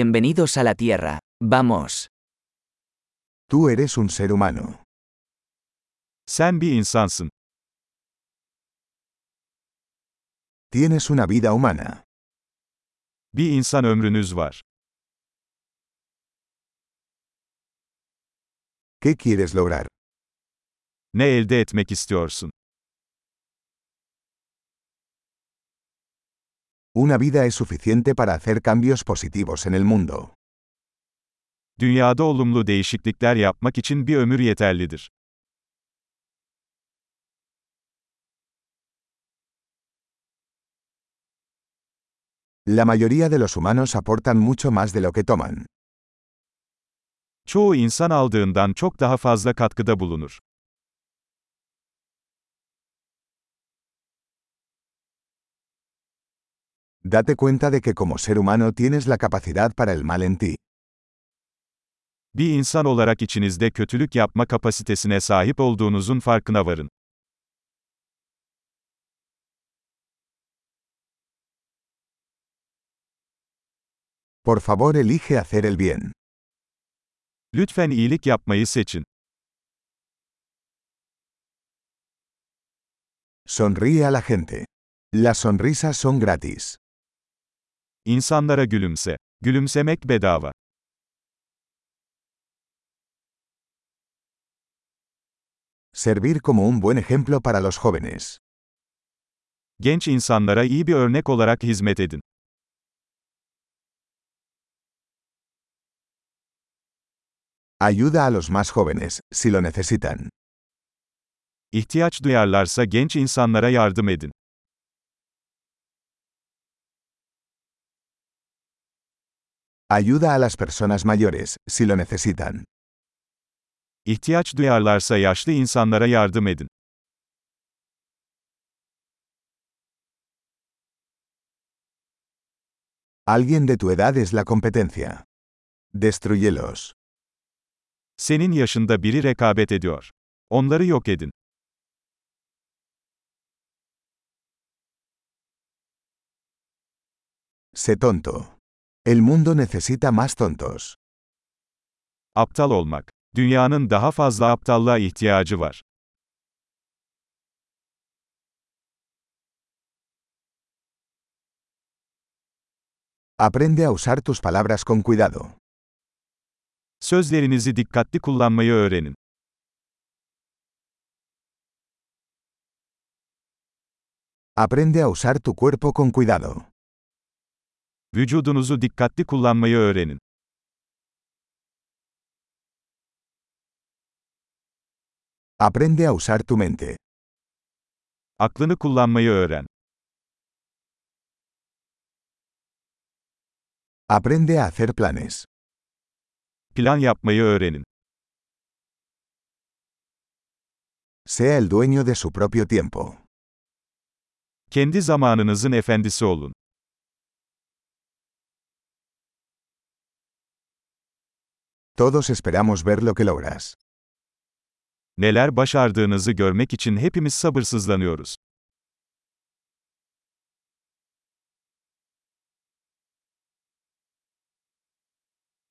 Bienvenidos a la Tierra. Vamos. Tú eres un ser humano. Sen bir insansın. Tienes una vida humana. Bir insan ömrünüz var. ¿Qué quieres lograr? Ne elde etmek istiyorsun? Una vida es suficiente para hacer cambios positivos en el mundo. Dünyada olumlu değişiklikler yapmak için bir ömür yeterlidir. La mayoría de los humanos aportan mucho más de lo que toman. Çoğu insan aldığından çok daha fazla katkıda bulunur. Date cuenta de que como ser humano tienes la capacidad para el mal en ti. Bir insan olarak içinizde kötülük yapma kapasitesine sahip olduğunuzun farkına varın. Por favor, elige hacer el bien. Lütfen iyilik yapmayı seçin. Sonríe a la gente. Las sonrisas son gratis. İnsanlara gülümse. Gülümsemek bedava. Servir como un buen ejemplo para los jóvenes. Genç insanlara iyi bir örnek olarak hizmet edin. Ayuda a los más jóvenes, si lo necesitan. İhtiyaç duyarlarsa genç insanlara yardım edin. Ayuda a las personas mayores, si lo necesitan. İhtiyaç duyarlarsa yaşlı insanlara yardım edin. Alguien de tu edad es la competencia. Destruyelos. Senin yaşında biri rekabet ediyor. Onları yok edin. Sé tonto. El mundo necesita más tontos. Aptal olmak. Dünyanın daha fazla aptallığa ihtiyacı var. Aprende a usar tus palabras con cuidado. Sözlerinizi dikkatli kullanmayı öğrenin. Aprende a usar tu cuerpo con cuidado. Vücudunuzu dikkatli kullanmayı öğrenin. Aprende a usar tu mente. Aklını kullanmayı öğren. Aprende a hacer planes. Plan yapmayı öğrenin. Sea el dueño de su propio tiempo. Kendi zamanınızın efendisi olun. Todos esperamos ver lo que logras. Neler başardığınızı görmek için hepimiz sabırsızlanıyoruz.